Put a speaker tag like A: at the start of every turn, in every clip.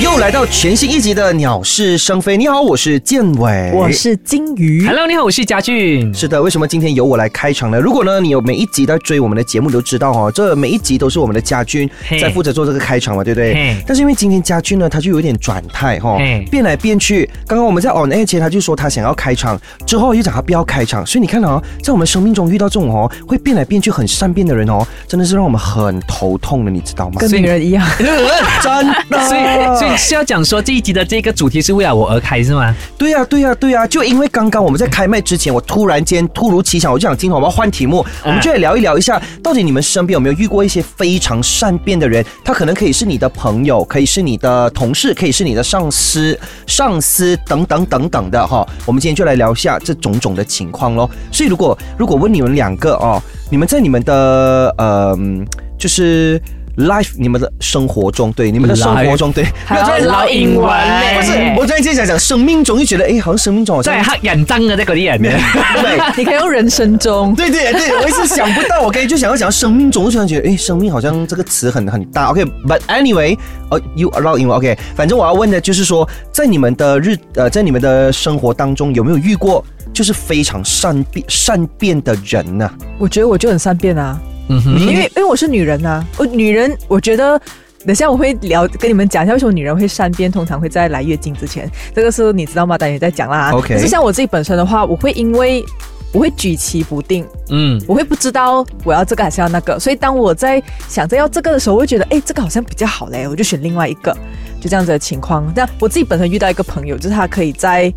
A: 又来到全新一集的《鸟是生非》，你好，我是建伟，
B: 我。是金鱼。
C: Hello，你好，我是嘉俊。
A: 是的，为什么今天由我来开场呢？如果呢，你有每一集在追我们的节目，你都知道哦，这每一集都是我们的家军
C: 嘿
A: 在负责做这个开场嘛，对不对
C: 嘿？
A: 但是因为今天家军呢，他就有点转态哈、
C: 嘿
A: 变来变去。刚刚我们在 on air 前，他就说他想要开场，之后又讲他不要开场，所以你看哦，在我们生命中遇到这种哦会变来变去、很善变的人哦，真的是让我们很头痛的，你知道吗？
B: 跟
C: 所以
B: 女人一样，
A: 真的，
C: 呃所以，所以是要讲说这一集的这个主题是为了我而开是吗？
A: 对呀、对呀、对呀、就因为刚刚我们在开麦之前，我突然间突如其想，我就想今天我们要换题目，我们就来聊一聊一下，到底你们身边有没有遇过一些非常善变的人？他可能可以是你的朋友，可以是你的同事，可以是你的上司、上司等等等等的哈、我们今天就来聊一下这种种的情况咯。所以如果如果问你们两个哦，你们在你们的呃，嗯就是。life，你们的生活中，对你们的生活中，对，
B: 还要
A: 没有在
B: 捞英文嘞
A: 不是，我突然间想讲生命中，就觉得哎，好像生命中好
C: 即
A: 像
C: 系黑人憎嘅啫，嗰啲人
B: 嗯
C: 咧。
A: 对。
B: 你可以用人生中。
A: 对对对，我一直想不到，我刚才就想要讲生命中，我就突然觉得，哎，生命好像这个词很很大。OK，but、anyway，哦、y o u allow 英文 OK，反正我要问的就是说，在你们的日呃，在你们的生活当中，有没有遇过就是非常善变善变的人啊呢、
B: 我觉得我就很善变啊，
C: 嗯哼，
B: 因为因为我是女人啊，我女人我觉得。等下我会聊跟你们讲一下为什么女人会善变，通常会在来月经之前，这个是你知道吗？等也在讲啦。
A: OK
B: 可是像我自己本身的话，我会因为我会举棋不定，
C: 嗯，
B: 我会不知道我要这个还是要那个，所以当我在想着要这个的时候，我会觉得哎，这个好像比较好嘞，我就选另外一个，就这样子的情况。但我自己本身遇到一个朋友，就是他可以在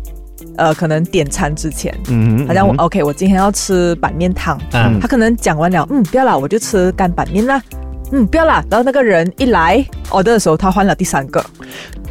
B: 呃可能点餐之前，
A: 嗯，
B: 好像我、
A: 嗯
B: OK，我今天要吃板面汤，
C: 嗯
B: 他可能讲完了，嗯，不要啦，我就吃干板面啦。嗯，不要啦。然后那个人一来 order 的时候，他换了第三个，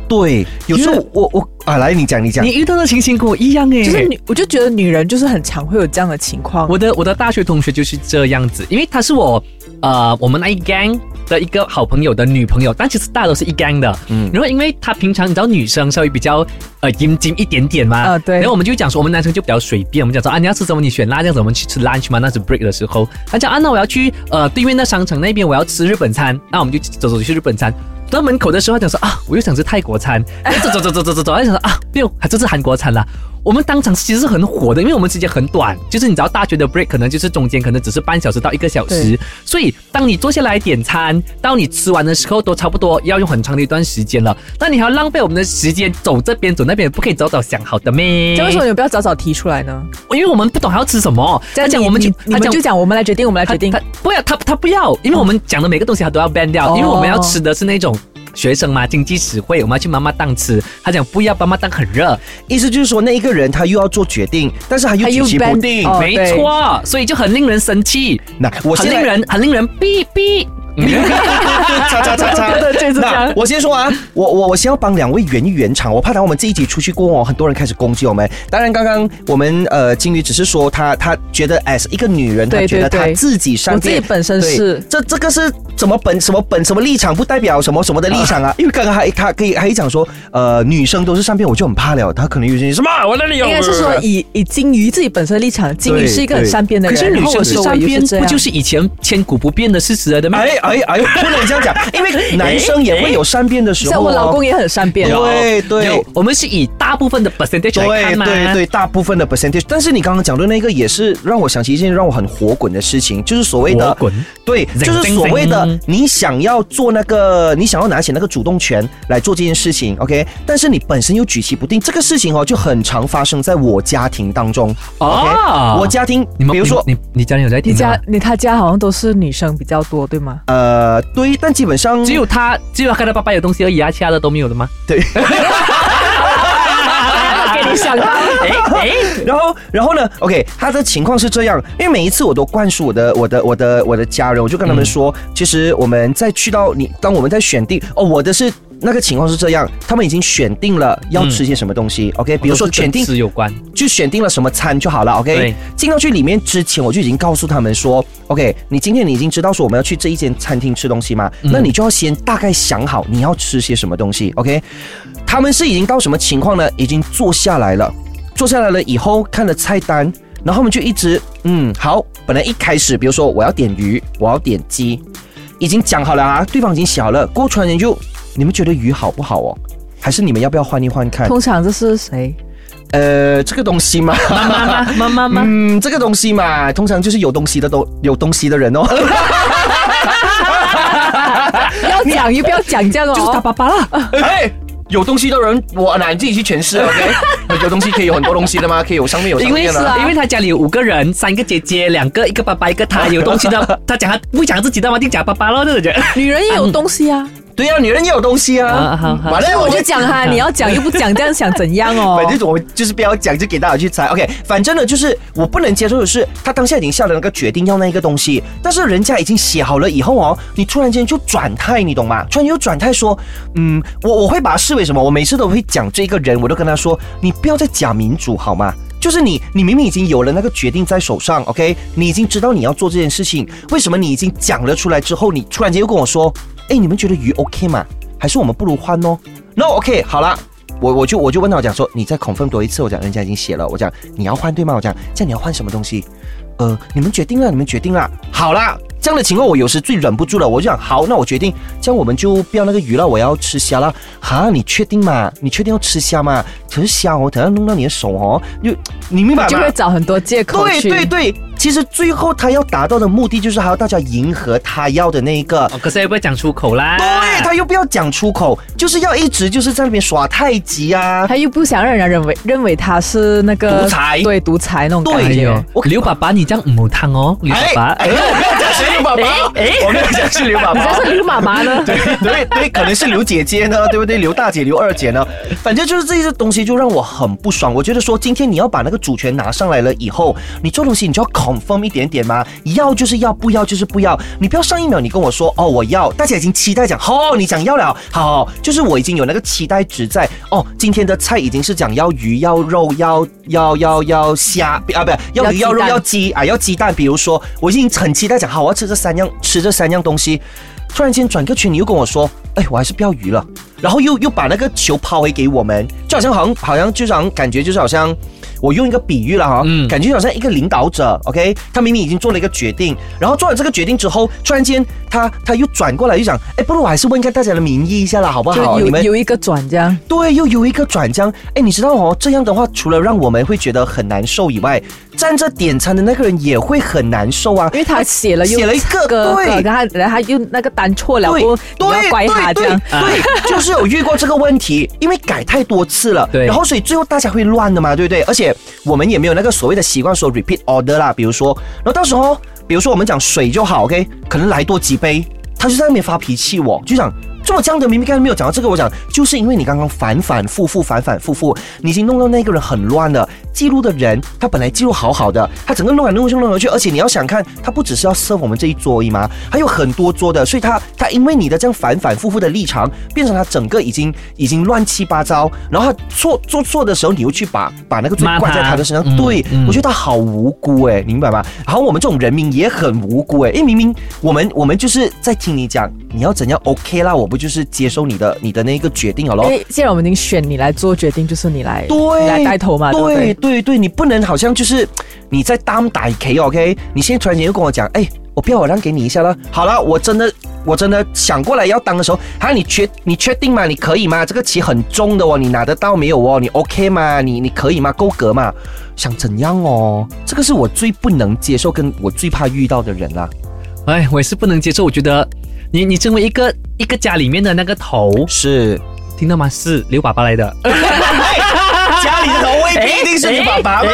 A: 对，有时
C: 因
A: 候我我啊，来你讲你讲
C: 你，遇到的情形跟我一样欸诶。
B: 就是女，我就觉得女人就是很常会有这样的情况。
C: 我的我的大学同学就是这样子，因为她是我呃我们那一 gang 的一个好朋友的女朋友，但其实大家都是一 gang 的。
A: 嗯
C: 嗯，然后因为她平常你知道女生稍微比较呃阴茎一点点嘛，
B: 啊对
C: 然后我们就讲说我们男生就比较随便，我们讲说啊你要吃什么你选啦，这样子我们去吃 lunch 嘛，那是 break 的时候，他讲啊那我要去呃对面的商场那边我要吃日本餐，那我们就走走去日本餐。到门口的时候，他讲说啊，我又想吃泰国餐，然后走走走走走走走，他想说啊，不用，还这是韩国餐啦。我们当场其实是很火的，因为我们时间很短，就是你知道大学的 break 可能就是中间可能只是半小时到一个小时，所以当你坐下来点餐，到你吃完的时候都差不多要用很长的一段时间了。那你还要浪费我们的时间走这边走那边，不可以早早想好的咩？
B: 这样为什么你们不要早早提出来呢？
C: 因为我们不懂还要吃什么，
B: 这样
C: 他讲
B: 你
C: 我们就
B: 你你
C: 他
B: 们
C: 讲
B: 就讲，我们来决定，我们来决定
C: 他。他不要他他不要，因为我们讲的每个东西他都要 ban 掉，
B: 哦
C: 因为我们要吃的是那种。学生嘛，经济实惠，我们要去妈妈档吃。他讲不要，妈妈档很热，
A: 意思就是说那一个人他又要做决定，但是他又
B: 他
A: 举
B: 又
A: 棋不
B: ban-
A: 定。
B: 哦
C: 没
B: 对
C: 错，所以就很令人生气，
A: 那我
C: 很
A: 现
C: 令
A: 在
C: 人很令人哔 哔。
A: 叉 叉叉叉，
B: 对对 对就是这样
A: 那我先说啊，我我我先要帮两位圆一圆场，我怕等我们这一集出去过后，很多人开始攻击我们。当然，刚刚我们呃金鱼只是说她她觉得 as 一个女人，她
B: 对
A: 觉得
B: 对
A: 她
B: 对
A: 自己善
B: 我自己
A: 变。
B: 本身
A: 对
B: 是，
A: 这这个是什么本什么本什么立场，不代表什么什么的立场 啊。因为刚刚还他可以还讲说，呃，女生都是善变，我就很怕了。他可能有些人什么我那里有，
B: 应该是说以以金鱼自己本身的立场，金鱼是一个很善变 的
C: 可
B: 人，
C: 是女
B: 然后
C: 生
B: 我
C: 是
B: 周围
C: 善
B: 也
C: 变，
B: 这
C: 不
B: 样
C: 就是以前千古不变的事实来的吗？
A: 哎哎哎，不能这样讲，因为男生也会有善变的时候、哦。
B: 像我老公也很善变
A: 有
B: 哦，
A: 对对
C: 有我们是以大部分的 percentage 来
A: 对
C: 看嘛。
A: 对对，大部分的 percentage，但是你刚刚讲的那个也是让我想起一件让我很火滚的事情，就是所谓的
C: 火滚
A: 对，就是所谓的你想要做那个，你想要拿起那个主动权来做这件事情，OK，但是你本身又举棋不定，这个事情哦就很常发生在我家庭当中。
C: 哦
A: OK，我家庭，
C: 你们
A: 比如说
C: 你你你家里有在听
B: 你
C: 吗
B: 家你他家好像都是女生比较多，对
C: 哎
B: 吗？
A: 呃，对，但基本上
C: 只有他只有他看到爸爸有东西而已啊，其他的都没有了吗？
A: 对。
B: 给你想到，
C: 哎哎，
A: 然后，然后呢？OK，他的情况是这样，因为每一次我都灌输我的、我的、我的、我的家人，我就跟
C: 嗯
A: 他们说，其实我们在去到你，当我们在选定哦，我的是那个情况是这样，他们已经选定了要吃些什么东西、o k 比如
C: 嗯
A: 说
C: 哦都是
A: 选
C: 跟
A: 定
C: 吃有关，
A: 就选定了什么餐就好了，OK
C: 对。
A: 进到去里面之前，我就已经告诉他们说，OK，你今天你已经知道说我们要去这一间餐厅吃东西嘛，那你就要先大概想好你要吃些什么东西，OK。他们是已经到什么情况呢？已经坐下来了。坐下来了以后看了菜单，然后我们就一直嗯好，本来一开始比如说我要点鱼，我要点鸡，已经讲好了啊，对方已经想好了，过突然间就你们觉得鱼好不好哦？还是你们要不要换一换看？
B: 通常这是谁？
A: 呃，这个东西嘛，
C: 妈妈妈妈妈妈，
A: 嗯，这个东西嘛，通常就是有东西的都有东西的人哦，
B: 要讲鱼不要讲这样哦，就是打爸爸啦。
A: 哎，有东西的人，我那你自己去诠释，OK？有东啊 西可以有很多东西的吗？可以有上面有上
C: 因为
A: 面
C: 是
A: 的。
C: 啊，因为他家里有五个人，三个姐姐，两个一个爸爸，一个他，有东西 的，他讲他不讲自己的嘛，就讲爸爸咯，这种觉。
B: 女人也有东西啊，
A: 对呀、女人也有东西
C: 啊
A: 啊。
C: 好好
A: 完了，
B: 我就 讲哈，你要讲又不讲，这样想怎样哦？
A: 反正我就是不要讲，就给大家去猜。OK，反正呢，就是我不能接受的是，他当下已经下了那个决定要那一个东西，但是人家已经写好了以后哦，你突然间就转态，你懂吗？突然间就转态说，嗯，我我会把它视为什么？我每次都会讲这个人，我都跟他说，你不要再假民主好吗？就是你，你明明已经有了那个决定在手上，OK，你已经知道你要做这件事情，为什么你已经讲了出来之后，你突然间又跟我说，哎，你们觉得鱼 OK 吗？还是我们不如换哦？No OK，好啦，我我就我就问他我讲说，你再 confirm 多一次，我讲人家已经写了，我讲你要换对吗？我讲这样你要换什么东西？呃，你们决定了，你们决定了，好啦，这样的情况我有时最忍不住了，我就想好，那我决定，这样我们就不要那个鱼了，我要吃虾了。哈，你确定吗？你确定要吃虾吗？可是虾哦，等下弄到你的手哦，就你明白吗？
B: 就会找很多借口
A: 对
B: 去。
A: 对对，其实最后他要达到的目的就是还要大家迎合他要的那一个
C: 哦可是也不要讲出口啦。
A: 对，他又不要讲出口，就是要一直就是在那边耍太极啊。
B: 他又不想让人家认为认为他是那个
A: 独裁
B: 对独裁那种感
C: 哎
A: 对
C: 呦
B: 觉。
A: 我
C: 刘爸爸，你这样母汤哦，刘爸爸。
A: 哎，我没有讲是刘宝宝，我没有讲是刘宝
B: 你
A: 宝
B: 这。是刘妈妈呢？
A: 对对对，可能是刘姐姐呢，对不对？刘大姐、刘二姐呢，反正就是这些东西就让我很不爽。我觉得说，今天你要把那个主权拿上来了以后，你做东西你就要 confirm 一点点嘛，要就是要，不要就是不要。你不要上一秒你跟我说哦我要，大家已经期待讲哦你讲要了，好，就是我已经有那个期待值在哦，今天的菜已经是讲要鱼、要肉、要要要要虾啊，不要鱼、要肉、要鸡啊，要鸡蛋。比如说，我已经很期待讲好我要吃这三样，吃这三样东西。突然间转个圈，你又跟我说，哎，我还是不要鱼了，然后又又把那个球抛回给我们，就好像好像好像就是好像感觉就是好像，我用一个比喻了哈，
C: 嗯
A: 感觉就好像一个领导者，OK，他明明已经做了一个决定，然后做了这个决定之后，突然间他他又转过来又讲，哎，不如我还是问一下大家的民意一下啦， 好不
B: 就
A: 好？
B: 有
A: 你们
B: 有一个转这样，
A: 对，又有一个转将。哎，你知道哦，这样的话，除了让我们会觉得很难受以外，站着点餐的那个人也会很难受啊，
B: 因为他写了又
A: 写了一个对
B: 然后然后他又那个单错了，
A: 对
B: 过后你要怪他这样。
A: 对对 对，就是有遇过这个问题，因为改太多次了，
C: 对
A: 然后所以最后大家会乱的嘛，对不对？而且我们也没有那个所谓的习惯说 repeat order 啦，比如说，然后到时候比如说我们讲水就好，OK，可能来多几杯，他就在那边发脾气我，就想。这么这样的，明明刚才没有讲到这个，我讲就是因为你刚刚反反复复、反反复复，你已经弄到那个人很乱了。记录的人他本来记录好好的，他整个弄来弄去弄来弄去，而且你要想看，他不只是要 serve 我们这一桌而已嘛，还有很多桌的，所以他他因为你的这样反反复复的立场，变成他整个已经已经乱七八糟，然后他错做错的时候，你又去把把那个罪
C: 骂
A: 怪在
C: 他
A: 他的身上，
C: 嗯
A: 对、
C: 嗯
A: 我觉得他好无辜哎、你明白吗？然后我们这种人民也很无辜哎、因为明明我们我们就是在听你讲你要怎样 OK 啦，我不就是接受你的你的那个决定好了
B: 因。为既然我们已经选你来做决定，就是你来
A: 对，
B: 你来带头嘛，对不
A: 对
B: 对？
A: 对对你不能好像就是你在当打 K，OK？、你现在突然间又跟我讲，哎，我不要，我让给你一下了。好了，我真的我真的想过来要当的时候，啊，你确你确定吗？你可以吗？这个棋很重的哦，你拿得到没有哦？你 OK 吗？你你可以吗？够格吗？想怎样哦？这个是我最不能接受，跟我最怕遇到的人啦。
C: 哎，我也是不能接受。我觉得你你身为一个一个家里面的那个头，
A: 是。
C: 听到吗？是刘爸爸来的。
A: 家里的头未必一定是你爸爸吗？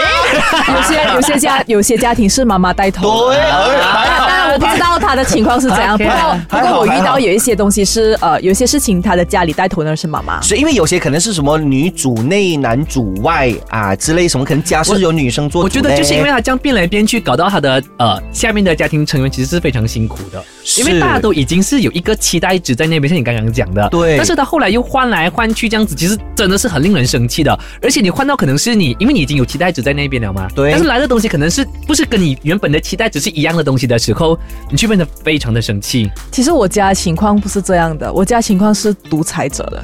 B: 有些有些家有些家庭是妈妈带头的。
A: 对，
B: 当
A: 还好
B: 当然我不知道他的情况是怎样，不
C: OK
B: 过
C: 啦
B: 不
A: 还好
B: 过我遇
A: 还好
B: 到有一些东西是呃，有一些事情他的家里带头的是妈 妈，
A: 是因为有些可能是什么女主内、男主外啊之类，什么可能家是由女生做
C: 我
A: 主
C: 觉得
A: 嘞
C: 就是因为他这样变来变去，搞到他的呃下面的家庭成员其实是非常辛苦的，
A: 是
C: 因为大家都已经是有一个期待值在那边，像你刚刚讲的，
A: 对
C: 但是他后来又换来换去这样子，其实真的是很令人生气的。而且你换到可能是你，因为你已经有期待值在那边了嘛，
A: 对
C: 但是来的东西可能是不是跟你原本的期待值是一样的东西的时候，你就变得非常的生气。
B: 其实我家情况不是这样的，我家情况是独裁者的。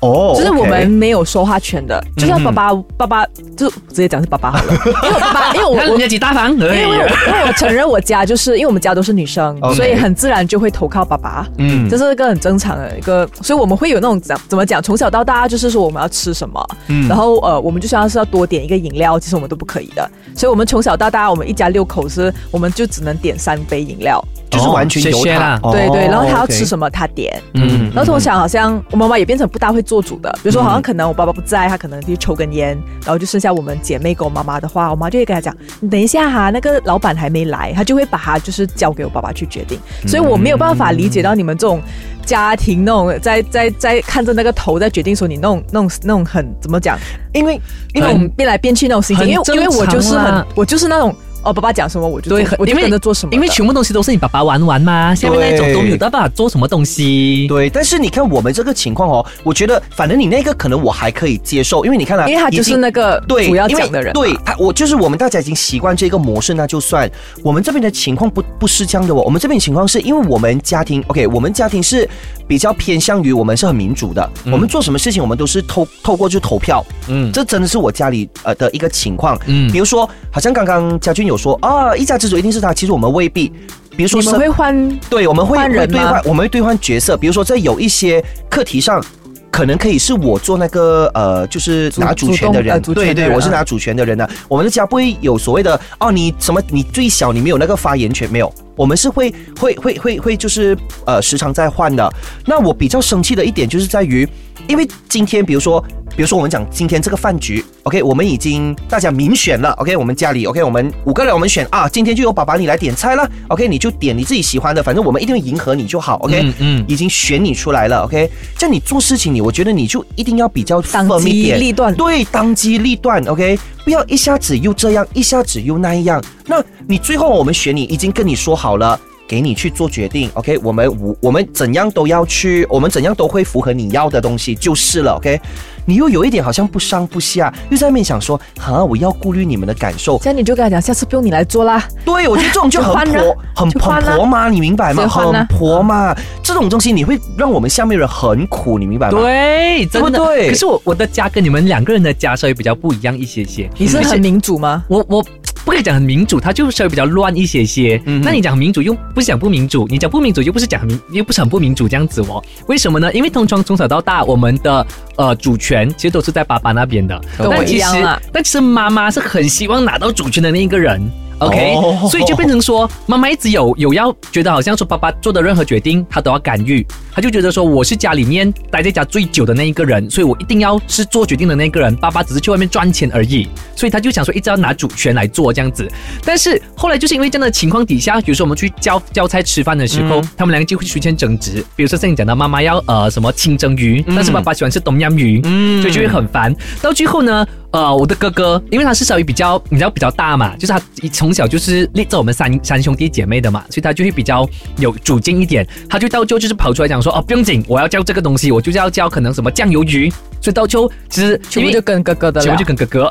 A: 哦，
B: 就是我
A: OK
B: 们没有说话权的，就像爸爸、爸爸，就直接讲是爸爸好了，因为我爸爸，因为我
C: 看人
B: 我
C: 家几大方，哦哎因
B: 因为我因为我承认我家就是因为我们家都是女生
A: OK
B: 所以很自然就会投靠爸爸，
A: 嗯
B: 嗯，这是一个很正常的一个，所以我们会有那种怎怎么讲，从小到大就是说我们要吃什么，
A: 嗯
B: 然后呃，我们就算是要多点一个饮料，其实我们都不可以的，所以我们从小到大，我们一家六口是，我们就只能点三杯饮料，
A: 就是完全由哦
C: 谢谢
A: 他
C: 啦，
B: 对对，然后他要吃
A: 么？
B: 什么他点，
C: 嗯
B: 然后从小好像我妈妈也变成不大会做主的，比如说好像可能我爸爸不在，她可能去抽根烟，然后就剩下我们姐妹跟我妈妈的话，我妈就会跟她讲，你等一下哈、那个老板还没来，她就会把她就是交给我爸爸去决定，
C: 嗯
B: 所以我没有办法理解到你们这种家庭那种在在在看着那个头在决定说你那种那种那种很怎么讲，
A: 因为
C: 嗯
B: 因为我们变来变去那种心情，
C: 很
B: 因为因为我就是
C: 正常
B: 很
C: 啦
B: 我就是那种哦，爸爸讲什么我就做
C: 对，很
B: 我就
C: 因为
B: 跟着做什么的，
C: 因为全部东西都是你爸爸玩玩嘛，下面那一种都没有办法做什么东西。
A: 对，但是你看我们这个情况哦，我觉得反正你那个可能我还可以接受，因为你看啊，
B: 因为他
A: 已
B: 就是
A: 经
B: 那个
A: 对
B: 主要
A: 因为
B: 讲的人嘛，
A: 对他我就是我们大家已经习惯这个模式，那就算我们这边的情况不不是这样的哦，我们这边情况是因为我们家庭 OK，我们家庭是比较偏向于我们是很民主的，我们做什么事情我们都是透透过去投票，
C: 嗯
A: 这真的是我家里呃的一个情况，
C: 嗯
A: 比如说好像刚刚家俊有说啊，一家之主一定是他，其实我们未必。比如说
B: 你
A: 是。
B: 们会换
A: 对，我们会
B: 换
A: 会
B: 人
A: 兑
B: 吗
A: 换，我们会兑换角色。比如说，在有一些课题上，可能可以是我做那个呃，就是
B: 主
A: 拿主权的人，
B: 主动呃主
A: 对
B: 权的
A: 对，
B: 人
A: 我是
B: 啊
A: 拿主权的人呢、我们的家不会有所谓的哦，你什么你最小你没有那个发言权没有？我们是会会会会会就是呃时常在换的。那我比较生气的一点就是在于，因为今天比如说。比如说，我们讲今天这个饭局，OK，我们已经大家民选了，OK，我们家里，OK，我们五个人我们选啊，今天就由爸爸你来点菜了，OK，你就点你自己喜欢的，反正我们一定会迎合你就好，OK，
C: 嗯嗯
A: 已经选你出来了，OK，这样你做事情你，我觉得你就一定要比较
B: 当
A: firm 一
B: 机
A: 点
B: 立断
A: 对，当机立断，OK，不要一下子又这样，一下子又那样。那你最后我们选你，已经跟你说好了。给你去做决定，OK？我们我我们怎样都要去，我们怎样都会符合你要的东西就是了，OK？你又有一点好像不上不下，又在那边想说，哈，我要顾虑你们的感 受。
B: 这样你就跟他讲，下次不用你来做啦。
A: 对，我觉得这种就
B: 就
A: 很
B: 换啦
A: 婆，很
B: 就换
A: 很
B: 啦
A: 婆妈，你明白吗？
B: 就换啦
A: 很婆妈，这种东西你会让我们下面人很苦，你明白吗？
C: 对，真的。
A: 对不对
C: 可是我我的家跟你们两个人的家稍微比较不一样一些些。
B: 你是
C: 而且
B: 很民主吗？
C: 我我不可以讲很民主，它就稍微比较乱一些些。
A: 嗯哼
C: 那你讲民主又不是讲不民主，你讲不民主又不是讲很民，又不是很不民主这样子哦。为什么呢？因为通常从小到大，我们的呃主权其实都是在爸爸那边的。
B: 跟我
C: 但其
B: 一
C: 实
B: 样啊啦，
C: 但其实妈妈是很希望拿到主权的那一个人。OK，、
A: 哦
C: 所以就变成说，妈妈一直有有要觉得好像说爸爸做的任何决定，她都要干预，她就觉得说我是家里面待在家最久的那一个人，所以我一定要是做决定的那个人，爸爸只是去外面赚钱而已，所以她就想说一直要拿主权来做这样子。但是后来就是因为这样的情况底下，比如说我们去交交差吃饭的时
A: 嗯
C: 候，他们两个就会出现争执，比如说像你讲的妈妈要呃什么清蒸鱼，但是爸爸喜欢吃东阳鱼，
A: 嗯
C: 所以就会很烦。到最后呢，呃，我的哥哥，因为他是稍微比较，你知道比较大嘛，就是他从小就是立着我们三三兄弟姐妹的嘛，所以他就会比较有主见一点。他就到最后就是跑出来讲说，哦，不用紧，我要教这个东西，我就是要教可能什么酱油鱼。所以到最后其实
B: 全部
C: 因为
B: 就跟哥哥的
C: 全
B: 了
C: 部就，跟哥哥，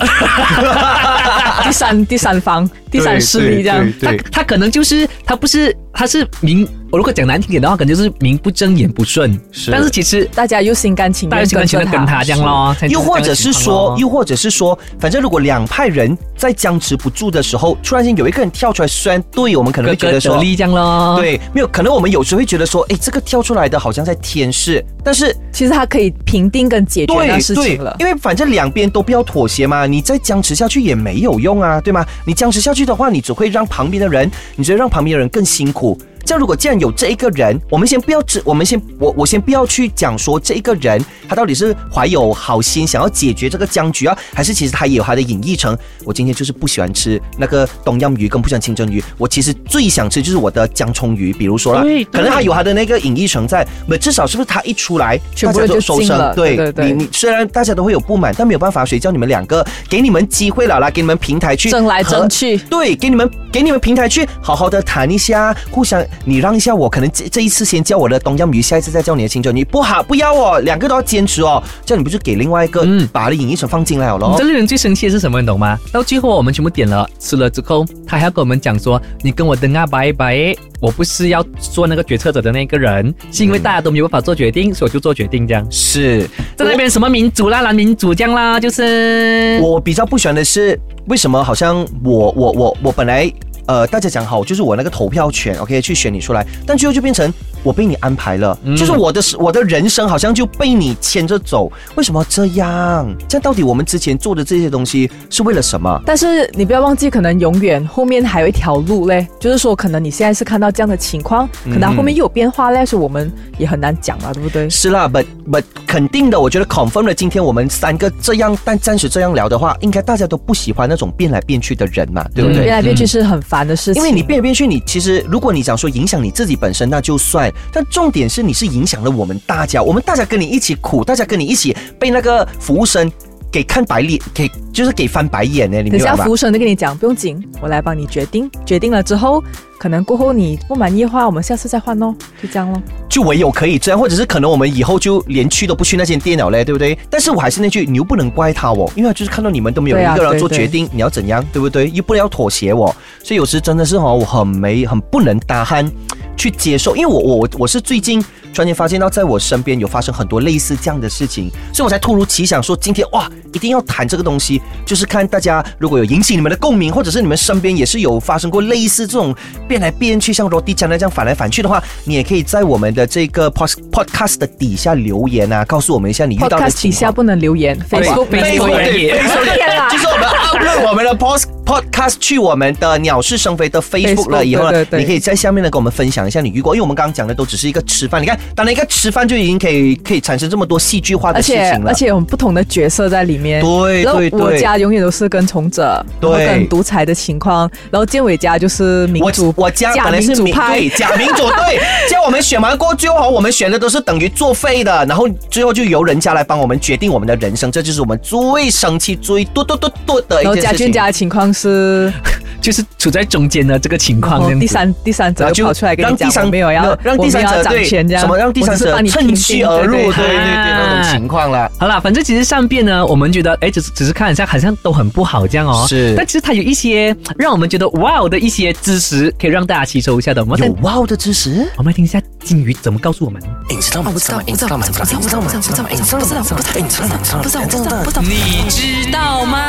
B: 第三第三方第三势力这样。
C: 他他可能就是他不是他是名，我如果讲难听点的话，可能就是名不正言不顺。
A: 是
C: 但是其实
B: 大家又心甘情
C: 大家
B: 愿
C: 喜欢全
B: 着
C: 都跟他这样咯，
A: 又或者是说，
C: 又
A: 又或者是说，反正如果两派人在僵持不住的时候，突然间有一个人跳出来，虽然对我们可能
C: 哥
A: 会觉
C: 哥
A: 得说
C: 得，力这样咯。。
A: 对，没有，可能我们有时会觉得说，哎，这个跳出来的好像在天视，但是
B: 其实他可以评定跟解决那
A: 对
B: 事
A: 对
B: 情了，。
A: 因为反正两边都不要妥协嘛，你再僵持下去也没有用啊，对吗？你僵持下去的话，你只会让旁边的人，你只会让旁边的人更辛苦。这样，如果既然有这一个人，我们先不要只，我们先我我先不要去讲说这一个人他到底是怀有好心想要解决这个僵局啊，还是其实他也有他的隐意成。我今天就是不喜欢吃那个东阳鱼，跟不喜欢清蒸鱼，我其实最想吃就是我的江葱鱼，比如说啦，
C: 对
A: 可能他有他的那个隐意成在，那至少是不是他一出来，
B: 全部
A: 大
B: 人
A: 家
B: 就
A: 收
B: 信
A: 声
B: 了
A: 对
B: 对对对
A: 你你虽然大家都会有不满，但没有办法，谁叫你们两个给你们机会了啦，给你们平台去
B: 争来
A: 和
B: 争去
A: 对，给你们给你们平台去好好的谈一下，互相你让一下我，可能这这一次先叫我的东阳鱼，下一次再叫你的清蒸鱼，不好不要哦，两个都要坚持哦，这样你不就给另外一个
C: 嗯
A: 把那影一手放进来了
C: 你
A: 咯
C: 知？道令人最生气的是什么？你懂吗？到最后我们全部点了吃了之后，他还要跟我们讲说：“你跟我等啊，拜拜！我不是要做那个决策者的那个人，是因为大家都没有办法做决定，所以我就做决定这
A: 哦
C: 样。”
A: 是，
C: 在那边什么民主啦、蓝民主这样啦，就是
A: 我比较不喜欢的是，为什么好像我我我我本来呃大家讲好，就是我那个投票权，OK 去选你出来，但最后就变成我被你安排了，就是我的我的人生好像就被你牵着走，为什么这样？这样到底我们之前做的这些东西是为了什么？
B: 但是你不要忘记，可能永远后面还有一条路嘞，就是说，可能你现在是看到这样的情况，可能后面又有变化嘞，所以我们也很难讲嘛，对不对？
A: 是啦，but but 肯定的，我觉得 confirm 了。今天我们三个这样，但暂时这样聊的话，应该大家都不喜欢那种变来变去的人嘛，对不对？
B: 变来变去是很烦的事情，
A: 因为你变来变去，你其实如果你讲说影响你自己本身，那就算；但重点是你是影响了我们大家，我们大家跟你一起苦，大家跟你一起被那个服务生给看白脸，给就是给翻白眼呢，你明
B: 等下
A: 白
B: 服
A: 吗？
B: 务生就跟你讲，不用紧，我来帮你决定。决定了之后，可能过后你不满意的话，我们下次再换哦，就这样咯。
A: 就唯有可以这样，或者是可能我们以后就连去都不去那间店了嘞，对不对？但是我还是那句，你又不能怪他哦，因为就是看到你们都没有
B: 对啊
A: 一个人做
B: 对
A: 决定，你要怎样，对不对？又不要妥协我，所以有时真的是哦，我很没很不能搭憨。去接受，因为我我我我是最近突然间发现到，在我身边有发生很多类似这样的事情，所以我才突如其想说，今天哇，一定要谈这个东西，就是看大家如果有引起你们的共鸣，或者是你们身边也是有发生过类似这种变来变去，像罗迪讲的这样反来反去的话，你也可以在我们的这个 pod podcast 的底下留言啊，告诉我们一下你遇到的
B: Podcast
A: 情
B: 底下
A: 况。
B: 不能留言，Facebook
C: 对
B: 没有
C: Facebook
A: 对
C: 留言
A: Facebook
B: 天啊
A: 就是我们 upload 我们的 post podcast 去我们的鸟是生非的 Facebook
B: Facebook，
A: 了以后呢
B: 对对，对
A: 你可以在下面呢跟我们分享一下你遇过，因为我们刚刚讲的都只是一个吃饭，你看单单一个吃饭就已经可以可以产生这么多戏剧化的
B: 而
A: 事
B: 且
A: 情了
B: 而。且有很不同的角色在里面。
A: 对
B: 然后
A: 对对
B: 我家永远都是跟从者，然后
A: 对
B: 跟独裁的情况，然后建伟家就是民
A: 我
B: 主，
A: 我家本来是
B: 民主
A: 民
B: 派
A: 对，假民主对，这样我们选完过最后，我们选的都是等于作废的，然后最后就由人家来帮我们决定我们的人生，这就是我们最生气、最嘟嘟嘟嘟的一
B: 然后
A: 件事情。
B: 家俊家的情况是，
C: 就是处在中间的这个情况
B: 然
C: 这
B: 后
C: 样子。
B: 哦第三第三者
A: 然后
B: 就跑出来跟你
A: 让
B: 讲
A: 第，三
B: 我没有要，
A: 让第三
B: 我没有
A: 者
B: 要掌
A: 对
B: 权这样，
A: 什么让第三
B: 我只是
A: 者
B: 帮你
A: 趁
B: 平
A: 虚
B: 定
A: 而入，对对
B: 对对对
A: 对那
C: 啊
A: 种情况啦。
C: 好啦，反正其实善变呢，我们觉得哎，只是只是看一下，好像都很不好这样哦。
A: 是
C: 但其实它有一些让我们觉得哇哦的一些知识，可以让大家吸收一下的。我们来
A: 有哇哦的知识，
C: 我们来听一下金鱼怎么告诉我们。
A: 你知道
B: 啊
A: 吗？
D: 我知道，我知道，我知道，我知道，我知道，我知道，我知道，我知道，我知道，我知道，我知道，我知道，你知道吗？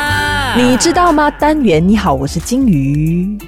B: 你知道吗？单元你好，我是金鱼。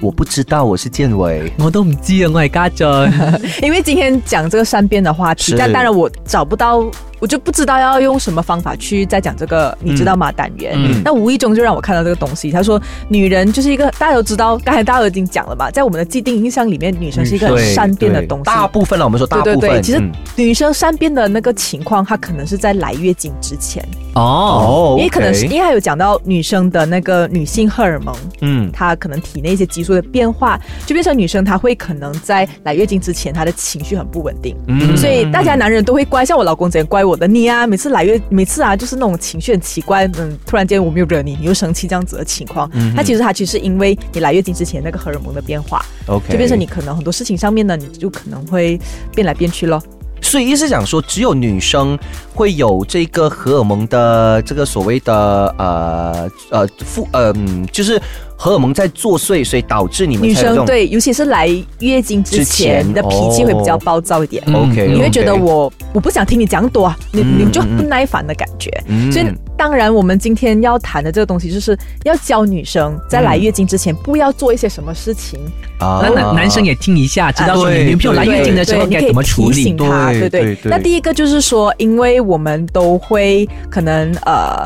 A: 我不知道，我是建伟。
C: 我都唔知啊，我系家长。
B: 因为今天讲这个善变的话题
A: 是，
B: 但当然我找不到，我就不知道要用什么方法去再讲这个，你知道吗？单元，
C: 嗯
B: 那无意中就让我看到这个东西。他说，女人就是一个大家都知道，刚才大家都已经讲了嘛，在我们的既定印象里面，女生是一个很
A: 嗯对
B: 善变的东西。
A: 大部分了，我们说大
B: 对对
A: 部
B: 对，
A: 分。
B: 其实
A: 嗯
B: 女生善变的那个情况，她可能是在来月经之前，
C: 哦，
A: 哦，
B: 因为可能是
A: OK
B: 因为她有讲到女生的那个女性荷尔蒙，
A: 嗯
B: 她可能体内一些激素的变化，就变成女生她会可能在来月经之前，她的情绪很不稳定。
A: 嗯
B: 所以大家男人都会怪，像我老公之前怪我的你啊，每次来月每次啊，就是那种情绪很奇怪，嗯，突然间我没有惹你，你又生气这样子的情况。
A: 嗯哼
B: 那其实它其实是因为你来月经之前那个荷尔蒙的变化，
A: ，OK，
B: 就变成你。可能很多事情上面呢，你就可能会变来变去咯。
A: 所以意思讲说，只有女生会有这个荷尔蒙的这个所谓的呃呃负呃，嗯就是荷尔蒙在作祟，所以导致你们
B: 女
A: 才有这
B: 生
A: 种
B: 对，尤其是来月经之
A: 之
B: 前，
A: 前
B: 你的脾气会比较
A: 哦
B: 暴躁一点。
A: OK，
C: 嗯
B: 你会觉得
A: OK
B: 我我不想听你讲多、啊，你
A: 嗯
B: 你就
A: 嗯嗯
B: 不耐烦的感觉。
A: 嗯
B: 所以，当然，我们今天要谈的这个东西，就是要教女生在来月经之前不要做一些什么事情，
A: 啊
C: 那男男生也听一下，知道说
A: 对
C: 你女朋友嗯来月经的时候
B: 对
C: 该怎么处
B: 你可以提
C: 理
B: 醒。她
A: 对
B: 对
A: 对
B: 对
A: 对
B: 那第一个就是说，因为我们都会可能呃，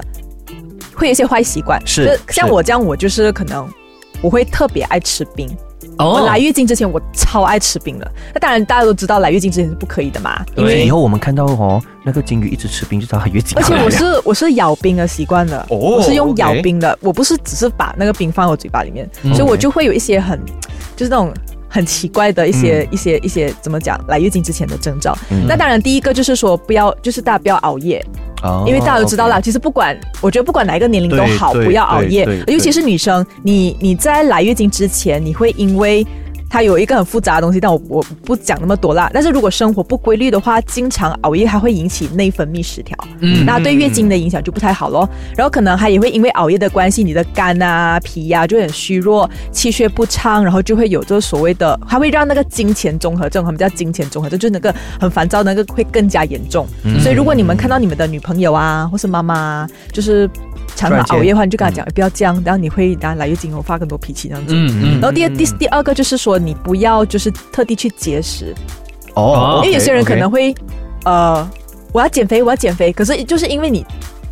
B: 会有一些坏习惯，
A: 是
B: 就是像我这样，我就是可能我会特别爱吃冰。我
C: 哦
B: 来月经之前，我超爱吃冰的。那当然，大家都知道来月经之前是不可以的嘛，
C: 对
A: 因为以后我们看到哦，那个金鱼一直吃冰，就知道它越紧。
B: 而且我是我是咬冰的习惯的，
A: 哦
B: 我是用咬
A: OK
B: 冰的，我不是只是把那个冰放我嘴巴里面，
C: 嗯
B: 所以我就会有一些很就是那种。很奇怪的一些、一些一些怎么讲来月经之前的征兆。
A: 嗯
B: 那当然，第一个就是说不要，就是大家不要熬夜，
A: 哦
B: 因为大家都知道啦。
A: ，OK
B: 其实不管，我觉得不管哪一个年龄都
A: 对
B: 好，
A: 对
B: 不要熬夜
A: 对对，对
B: 尤其是女生，你你在来月经之前，你会因为它有一个很复杂的东西，但哎我我不讲那么多啦。但是如果生活不规律的话，经常熬夜，它会引起内分泌失调，
C: 嗯
B: 那对月经的影响就不太好咯。然后可能它也会因为熬夜的关系，你的肝啊、脾呀、就会很虚弱，气血不畅，然后就会有这所谓的，它会让那个金钱综合症，他们叫金钱综合症，就是那个很烦躁的那个会更加严重。所以如果你们看到你们的女朋友啊，或是妈妈啊，就是常常熬夜的话，你就跟她讲、哎不要这样，然后你会然后来月经后发更多脾气这样子。
C: 嗯
B: 然后第二第第二个就是说，你不要就是特地去节食，
A: 哦
C: 哦
B: 因为有些人可能
A: 会
B: 会呃，我要减肥，我要减肥，可是就是因为你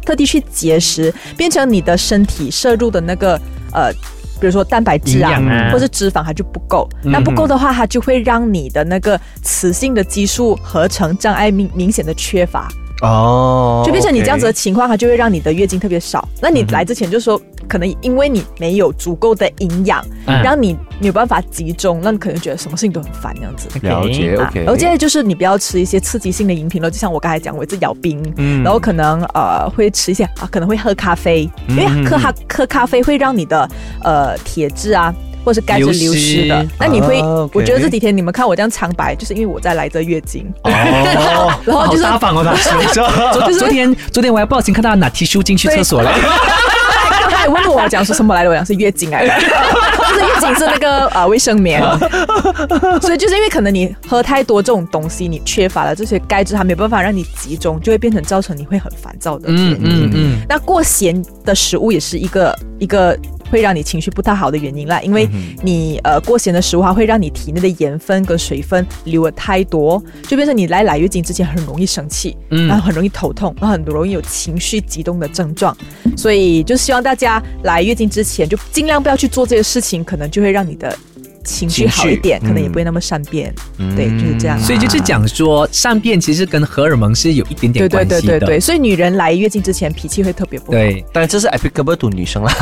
B: 特地去节食，变成你的身体摄入的那个呃，比如说蛋白质啊
C: 营养，啊
B: 或是脂肪，它就不够。
C: 嗯
B: 那不够的话，它就会让你的那个雌性的激素合成障碍明明显的缺乏。
A: 哦，
B: 就变成你这样子的
A: OK
B: 情况，它就会让你的月经特别少。那
C: 嗯
B: 你来之前就说，可能因为你没有足够的营养，
C: 嗯
B: 让你没有办法集中，那你可能觉得什么事情都很烦这样子。
A: 了解
B: 啊
A: OK，
B: 然后接着就是你不要吃一些刺激性的饮品了，就像我刚才讲，我一直咬冰，
A: 嗯
B: 然后可能呃会吃一些啊，可能会喝咖啡，因为
A: 嗯嗯
B: 喝咖喝咖啡会让你的呃铁质啊。或者是钙质流失的
C: 流失，
B: 那你会，
A: 啊，OK
B: 我觉得这几天你们看我这样苍白，就是因为我在来这月经，
A: 哦，
B: 然后
C: 好
B: 就是
C: 大方哦，他昨昨天昨天我还不小心看到他拿 T 恤进去厕所了，
B: 刚才问哎我讲说什么来的，我讲是月经哎来的，不是月经是那个呃卫 生棉，所以就是因为可能你喝太多这种东西，你缺乏了这些钙质，它没有办法让你集中，就会变成造成你会很烦躁的。
C: 嗯嗯嗯，
B: 那过咸的食物也是一个一个会让你情绪不太好的原因啦，因为
C: 嗯
B: 你呃过咸的食物它会让你体内的盐分跟水分流的太多，就变成你来来月经之前很容易生气，
C: 嗯
B: 然后很容易头痛，然后很容易有情绪激动的症状，所以就希望大家来月经之前就尽量不要去做这些事情，可能就会让你的。情绪好一点，
A: 情绪
B: 可能也
A: 嗯
B: 不会那么善变，对，就是这样啦。
C: 嗯所以就是讲说善变其实跟荷尔蒙是有一点点
B: 对对
C: 关
B: 对
C: 系
B: 对
C: 的，
B: 对，所以女人来月经之前脾气会特别不好。
C: 对
A: 但这是 applicable to 女 生啦，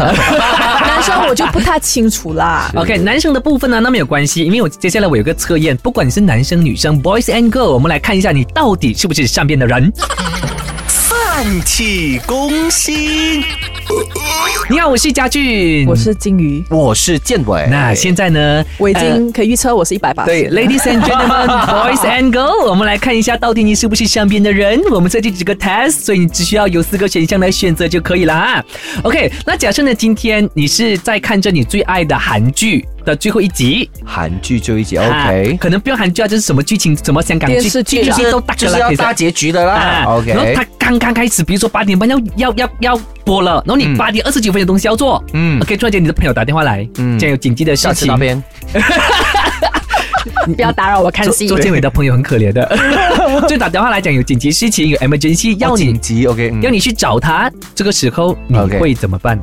B: 男生我就不太清楚啦。
C: OK，男生的部分呢，那没有关系，因为我接下来我有个测验，不管你是男生女生，boys and girl，我们来看一下你到底是不是善变的人。
A: 奋起嗯攻心。
C: 你好，我是佳俊，
B: 我。是哎金鱼，
A: 我是建伟，
C: 那现在呢？
B: 我已
C: 呃
B: 经可以预测我是一百八十。
C: 对，ladies and gentlemen，boys and girls，我们来看一下到底你是不是善变的人。我们设计几个 test，所以你只需要有四个选项来选择就可以了啊。OK，那假设呢，今天你是在看着你最爱的韩剧的最后一集
A: 韩剧就一集
C: 啊
A: ，OK，
C: 可能不用韩剧啊，就是什么剧情，什么香港剧
B: 电视剧
C: 剧
B: 啦
C: 情都大
A: 就是
C: 了啦
A: 要
C: 其实
A: 大结局的啦
C: 啊然后
A: ，OK，
C: 他刚刚开始，比如说八点半要要要要播了，然后你
A: 嗯
C: 八点二十九分有东西要做，
A: 嗯
C: OK，突然间你的朋友打电话来，嗯，
A: 嗯
C: 这样有紧急的
A: 下
C: 事
A: 次
C: 情
A: 那，边
B: 不要打扰我看
C: 昨
B: 戏
C: 昨。天伟的朋友很可怜 的，就打电话来讲有紧急事情，有 emergency 要
A: 哦
C: 你
A: 紧急，OK，嗯
C: 要你去找他，这个时候你
A: OK
C: 会怎么办？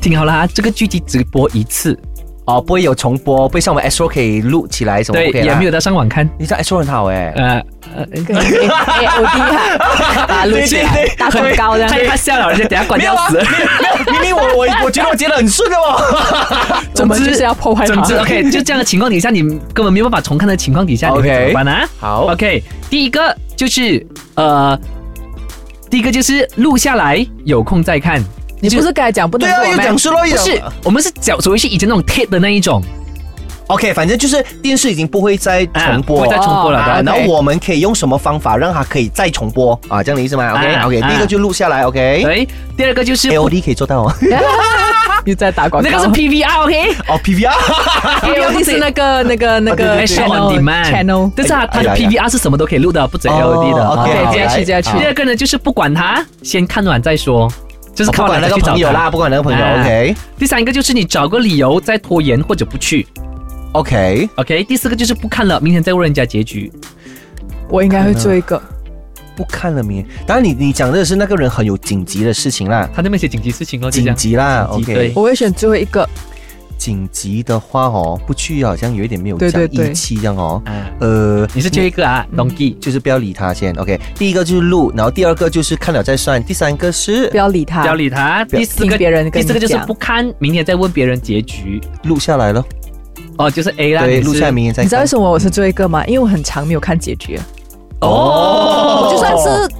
C: 听好了啊，这个剧集只播一次，
A: 哦，不会有重播，不会像我们 SO 可以录起来什么
C: 对，
A: ，OK 啊
C: 也
A: 啦
C: 没有。到上网看，
A: 你知道 SO 很好 哎，
C: 呃呃，
B: 哎，我厉害，打录起来， 打广告这
C: 太
B: 样。
C: 怕笑了，人家等下关
A: 没有
C: 掉
A: 啊，
C: 死。
A: 没有明明我我我觉得我接的很顺的哦。
B: 我们就是要破坏它
C: 总之，OK，就 这样的情况底下，你根本没有办法重看的情况底下，你会
A: OK
C: 怎么办呢、啊？
A: 好
C: ，OK，第一个就是呃，第一个就是录下来，有空再看。
B: 你不是刚才讲不能
A: 对啊，
B: 做
A: 又
B: 吗
A: 讲是咯，又
C: 不
A: 讲
C: 是，我们是讲所谓是以前那种 tape 的那一种，
A: OK，反正就是电视已经不会再重
C: 啊不
A: 播，
C: 会再重播了
A: 啊
C: 对
A: 然后
C: OK
A: 我们可以用什么方法让它可以再重播啊？这样的意思吗？OK
C: 啊
A: OK，
C: 啊
A: 第一个就录下来，OK。
C: 对。第二个就是不
A: AOD 可以 做到哦。
B: 你在打广告。
C: 那个是 PVR，OK，PVR、
A: 哦，PVR。
B: PVD 是那个那个那个
C: Show on 哎 Demand
B: channel。
C: 但是它它
A: 哎
C: 的
A: 呀哎呀
C: PVR 是什么都可以录的，不止 LD 的。
A: 哦 OK，
C: 好
A: 好
B: 接下去接下去
A: 好
C: 第二个呢，就是不管它，先看完再说，就是
A: 哦 不
C: 看完
A: 管
C: 了
A: 那
C: 再
A: 个
C: 去找
A: 朋友
C: 他
A: 啦，。不管那个朋友
C: 啊
A: ，OK
C: 第三个就是你找个理由再拖延或者不去
A: OK。
C: ，OK。第四个就是不看了，明天再问人家结局。
B: 我应该会做一个，
A: 不看了没？当然你，你讲的是那个人很有紧急的事情啦，
C: 他那边写紧急事情哦，就这
A: 紧
C: 样。
A: 急啦
C: 紧急
A: ，OK
C: 对。
B: 我会选最后一个。
A: 紧急的话哦，不去好像有一点没有
B: 对
A: 讲
B: 对对
A: 义气这样哦。
C: 啊，
A: 呃，
C: 你是这一个啊，Donkey。
A: 就是不要理他先，OK。第一个就是录，然后第二个就是看了再算，第三个是
B: 不要理
A: 啊
B: 他。
C: 不要理他。第四个，
B: 听别人跟
C: 第
B: 你
C: 四个就是
B: 讲
C: 不看，明天再问别人结局。
A: 录下来了，
C: 哦，就是 A 啦，
A: 对，
C: 你是
A: 录下来明天再看。
B: 你知道为什么我是最后一个吗？因为我很长没有看结局，
C: 哦，
B: 我就算是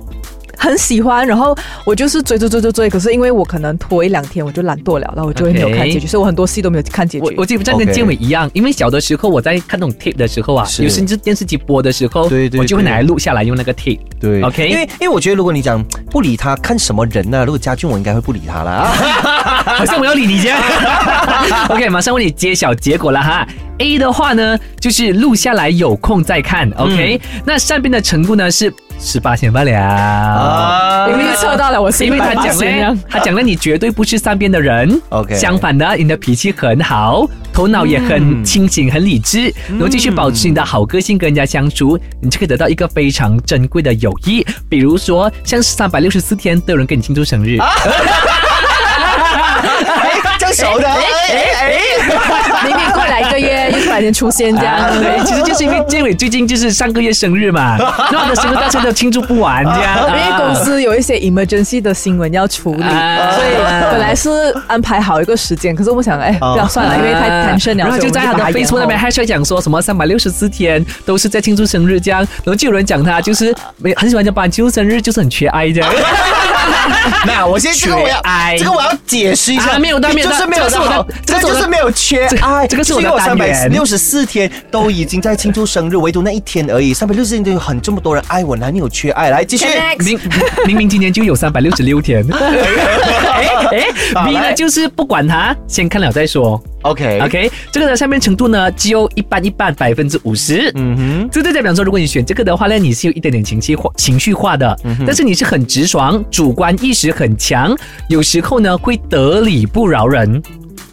B: 很喜欢，然后我就是追追追追追，可是因为我可能拖一两天我就懒惰了，然后我就会没有看结局
C: OK
B: 所以我很多戏都没有看结
C: 我
B: 局
C: 我。基本上跟
A: OK
C: 建伟一样，因为小的时候我在看那种 tape 的时候啊，
A: 是
C: 有甚至电视机播的时候，
A: 对对
C: 我就会
A: 对
C: 拿来录下来用那个 tape。
A: 对
C: OK
A: 因为因为我觉得如果你讲不理他，看什么人啊呢、如果家俊，我应该会不理他啦。
C: 好像我要理你这样。OK，马上为你揭晓结果了哈。A 的话呢，就是录下来有空再看。OK，、那上边的程度呢是十八线罢了。
A: 啊
C: 啊
A: 哎
B: 明啊明测到了我是
C: 因为他讲
B: 180
C: 了，他讲了，你绝对不是善变的人。
A: OK
C: 相反的，你的脾气很好，头脑也很清醒、很理智，然后继续保持你的好个性跟人家相处，你就可以得到一个非常珍贵的友谊。比如说，像三百六十四天都有人跟你庆祝生日，
A: 哎，这样熟的，哎哎哎，
B: 明明过来一个月，又突然间出现这样
C: 啊，对，其实就是因为建伟最近就是上个月生日嘛，那我的生日到现在都庆祝不完，这样。
B: 因为公
C: 啊
B: 司有一些 emergency 的新闻要处理，
C: 啊
B: 所以本来是安排好一个时间，可是我想，哎，
A: 哦
B: 不要算了，因为太 tension 了，
C: 啊然后
B: 所以
C: 就
B: 我
C: 在他
B: 把
C: 的
B: 它延
C: Facebook 那边
B: 后啊
C: hashtag 讲说什么三百六十四天都是在庆祝生日这样，然后就有人讲他就是没很喜欢讲把庆祝生日就是很缺爱这样。
A: 那我先这个我要
C: 缺爱
A: 这个我要解释一下，
C: 啊没有的没有的
A: 就是没有
C: 这个是
A: 的
C: 我的
A: 好，
C: 这
A: 这
C: 个是我
A: 个就
C: 的
A: 是没有缺爱，
C: 这个是我的
A: 三
C: 单
A: 百
C: 元
A: 六十四天都已经在庆祝生日，唯独那一天而已，三百六十四天都有很这么多人爱我，哪里有缺爱？来继续，
C: 明明明今年就有三百六十六天。哎哎
A: 好
C: ，B 呢
A: 来
C: 就是不管他，先看了再说。
A: OK
C: OK，这个的下面程度呢只有一半一半，百分之五十。嗯哼，这就代表说，如果你选这个的话呢，你是有一点点情绪化、情绪化的，但是你是很直爽，主观意识很强，有时候呢会得理不饶人。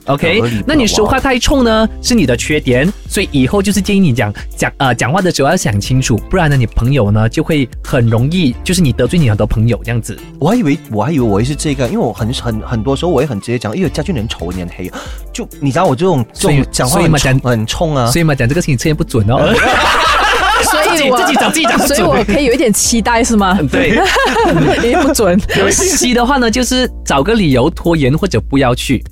C: OK，
A: 得理不饶
C: 那你说话太冲呢，是你的缺点，所以以后就是建议你讲讲呃讲话的时候要想清楚，不然呢你朋友呢就会很容易就是你得罪你很多朋友这样子。
A: 我还以为我还以为我会是这个，因为我很很很多时候我也很直接讲，因为家俊人丑你很黑，就你知道我这种这
C: 所以
A: 种讲话
C: 所以
A: 很
C: 嘛
A: 冲
C: 讲
A: 很冲啊，
C: 所以嘛讲这个事情测验不准 哦，自
B: 所以
C: 己
B: 我
C: 自己找自己找
B: 所以我可以有一点期待是吗？
C: 对。
B: 也不准，
C: C 的话呢，就是找个理由拖延或者不要去。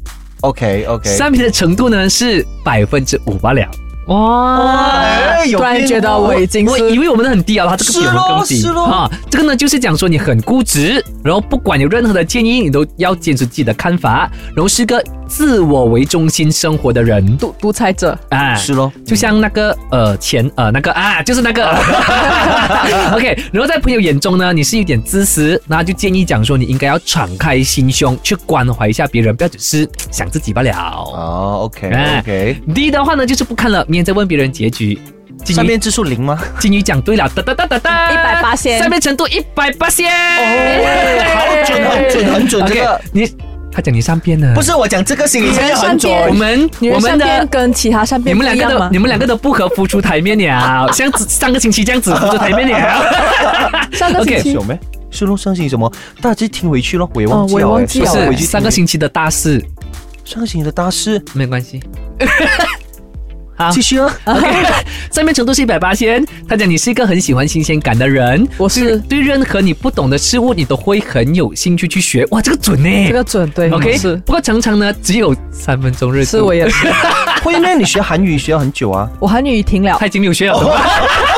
A: OK OK，
C: 上面的程度呢是百分之五罢了。哦哇！
A: 哎有
B: 突然
A: 变
B: 觉得
A: 化
B: 我已经
C: 我
B: 是
C: 以为我们的很低啊，他这个比我们更低
A: 是咯是咯
C: 啊。这个呢，就是讲说你很固执，然后不管有任何的建议，你都要坚持自己的看法，然后是个自我为中心生活的人。
B: 独独裁者，
C: 啊，
A: 是咯
C: 就像那个呃前呃那个啊，就是那个啊 ，OK。然后在朋友眼中呢，你是有点自私，那就建议讲说你应该要敞开心胸去关怀一下别人，不要只是想自己罢了。
A: 哦 OK
C: 哎
A: OK，
C: D 的话呢，就是不看了，明天再问别人结局。金
A: 上
C: 鱼
A: 面字数零吗？
C: 金鱼讲对了，哒哒哒哒哒，
B: 180先
C: 上面程度一百八仙，
A: 哦，好准很准很准，这
C: OK，
A: 个
C: 你他讲你上边呢？
A: 不，是我讲这个心理测验很准。
C: 我们
B: 女
C: 我
B: 人
C: 们
B: 善
C: 的
B: 变跟其他善
C: 你
B: 变不
C: 们两
B: 一
C: 个
B: 样
C: 都
B: 吗
C: 你？们两个都不合浮出台面了，像子上个星期这样 子浮出台面了。
B: 上个星
C: OK，
B: 期
A: 有没？是咯，上星期什么？大致听回去咯，我也忘记
B: 哦我也
A: 了、
B: 忘记
C: 不
B: 了
A: 我
C: 是
A: 已经
C: 上个星期的大事，
A: 上个星期的大事，
C: 没关 系。好
A: 继续啊。
C: ，OK，上面程度是一百八先。他讲你是一个很喜欢新鲜感的人，
B: 我是
C: 对任何你不懂的事物，你都会很有兴趣去学。哇，这个准呢、
B: 这个准对
C: OK，
B: 是
C: 不过常常呢只有三分钟热度，
B: 是我也是，
A: 会那你学韩语学了很久啊？
B: 我韩语停了
C: 他。已经没有学了。
B: 哦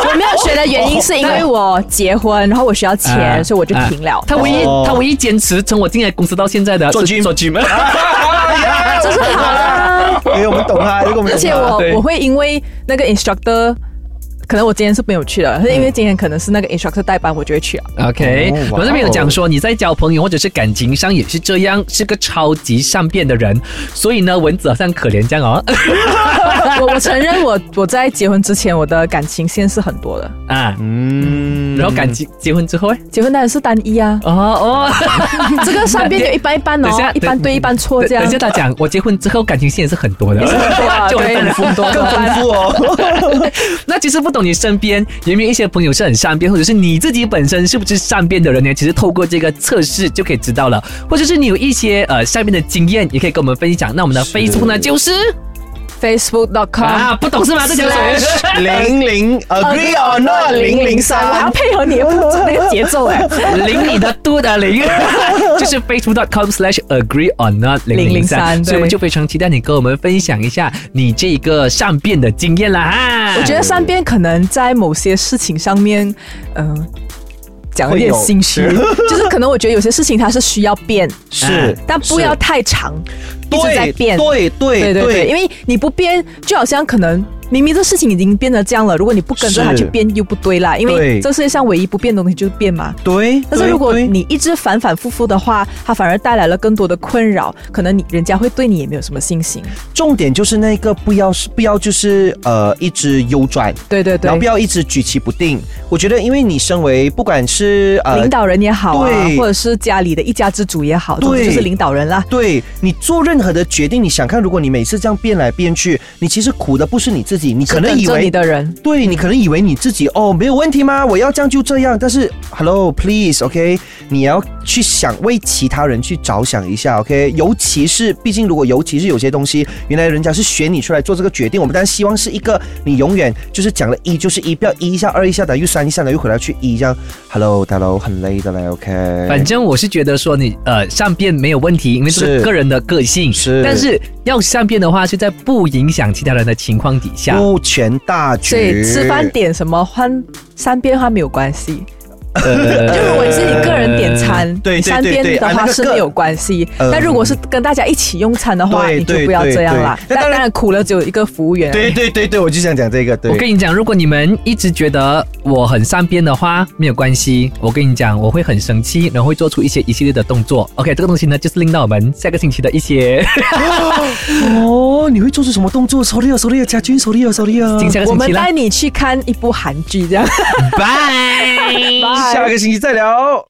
B: 我没有学的原因是因为我结婚，然后我需要
C: 啊
B: 钱，所以我就停了。
C: 他唯一、
A: 哦
C: 他唯一坚持从我进来公司到现在的
A: 做
C: 是
A: gym
C: 做 gym，
B: 这是好啦。
A: 因为我们懂他，因为我们懂他
B: 而且
C: 对
B: 我我会因为那个 instructor，可能我今天是没有去的，可是因为今天可能是那个 instructor 代班，我就会去啊。
C: OK，
A: 哦
C: 我
A: 哇哦
C: 这边有讲说你在交朋友或者是感情上也是这样，是个超级善变的人，所以呢，蚊子好像可怜这样哦。
B: 我我承认我我在结婚之前我的感情线是很多的，
C: 啊，
A: 嗯
C: 然后感情结婚之后哎，
B: 结婚当然是单一啊，
C: 哦 哦，
B: 这个上边有一半一半哦
C: 等一下，
B: 一半对一半错
C: 等
B: 这样啊
C: 等一。下他讲，我结婚之后感情线也是很多 的。就很
B: 对，很 多
A: 更丰富哦。
C: 那其实不懂你身边有没有一些朋友是很善变，或者是你自己本身是不是善变的人呢？其实透过这个测试就可以知道了，或者是你有一些呃善变的经验，也可以跟我们分享。那我们的
A: 是
C: Facebook 呢， 就是
B: Facebook.com
C: 啊，不懂是吗？这叫什么
A: 零零 agree or
B: 呃
A: not 零零
B: 我要
A: 三。
B: 配合你的步骤那个节奏哎。
C: 零你的度的零，就是 facebook.com/slash agree or not 零零三，
B: 003
C: 所以我们就非常期待你跟我们分享一下你这个善变的经验啦哈。
B: 我觉得善变可能在某些事情上面，嗯、讲有点
A: 会有
B: 心虚， 就是可能我觉得有些事情它是需要变，
A: 是，
B: 但不要太长， 一直在
A: 对
B: 变。
A: 对对
B: 对对对，因为你不变，就好像可能明明这事情已经变得这样了，如果你不跟着它
A: 是
B: 去变又不对啦，因为
A: 对
B: 这世界上唯一不变的东西就是变嘛。
A: 对，
B: 但是如果
A: 对
B: 你一直反反复复的话，它反而带来了更多的困扰，可能你人家会对你也没有什么信心。
A: 重点就是那个不要是不要就是呃一直右转，
B: 对对对
A: 然后不，要一直举棋不定。我觉得，因为你身为不管是呃
B: 领导人也好啊，
A: 对
B: 或者是家里的一家之主也好，总之
A: 对
B: 就是领导人啦。
A: 对你做任何的决定，你想看，如果你每次这样变来变去，你其实苦的不是你自己，你可能
B: 是
A: 以
B: 等着你
A: 为。
B: 的人，
A: 对你可能以为你自己哦没有问题吗？我要这样就这样，但是 Hello please OK，你要去想为其他人去着想一下 OK，尤其是毕竟如果尤其是有些东西，原来人家是选你出来做这个决定，我们当然希望是一个你永远就是讲了一就是一，不要一一下二一下的又三一下的又回来去一这样，Hello 大佬很累的嘞 OK，
C: 反正我是觉得说你呃善变没有问题，因为这是
A: 是
C: 个人的个性。
A: 是
C: 但是要善变的话是在不影响其他人的情况底下。
A: 顾全大局，
B: 所以吃饭点什么换三变换没有关系。
C: 呃
B: 就如果是你个人点餐，
A: 对对对
B: 三边的
A: 对啊
B: 话
A: 那个
B: 是没有关系。
A: 呃
B: 但如果是跟大家一起用餐的话，
A: 对
B: 你就
A: 对
B: 不要这样啦。
A: 对对那
B: 但
A: 当然
B: 当然苦了只有一个服务员而已。
A: 对对对对，我就想讲这个，对，
C: 我跟你讲，如果你们一直觉得我很善变的话，没有关系。我跟你讲，我会很生气，然后会做出一些一系列的动作。OK，这个东西呢，就是令到我们下个星期的一些
A: 哦，你会做出什么动作？Sorry 啊，Sorry 啊，家军，Sorry 啊 ，Sorry 啊，
C: 今下个
B: 嗯我
C: 星
B: 们
C: 期啦
B: 带，你去看一部韩剧，这样。
C: 拜。
B: 拜
A: 下个星期再聊。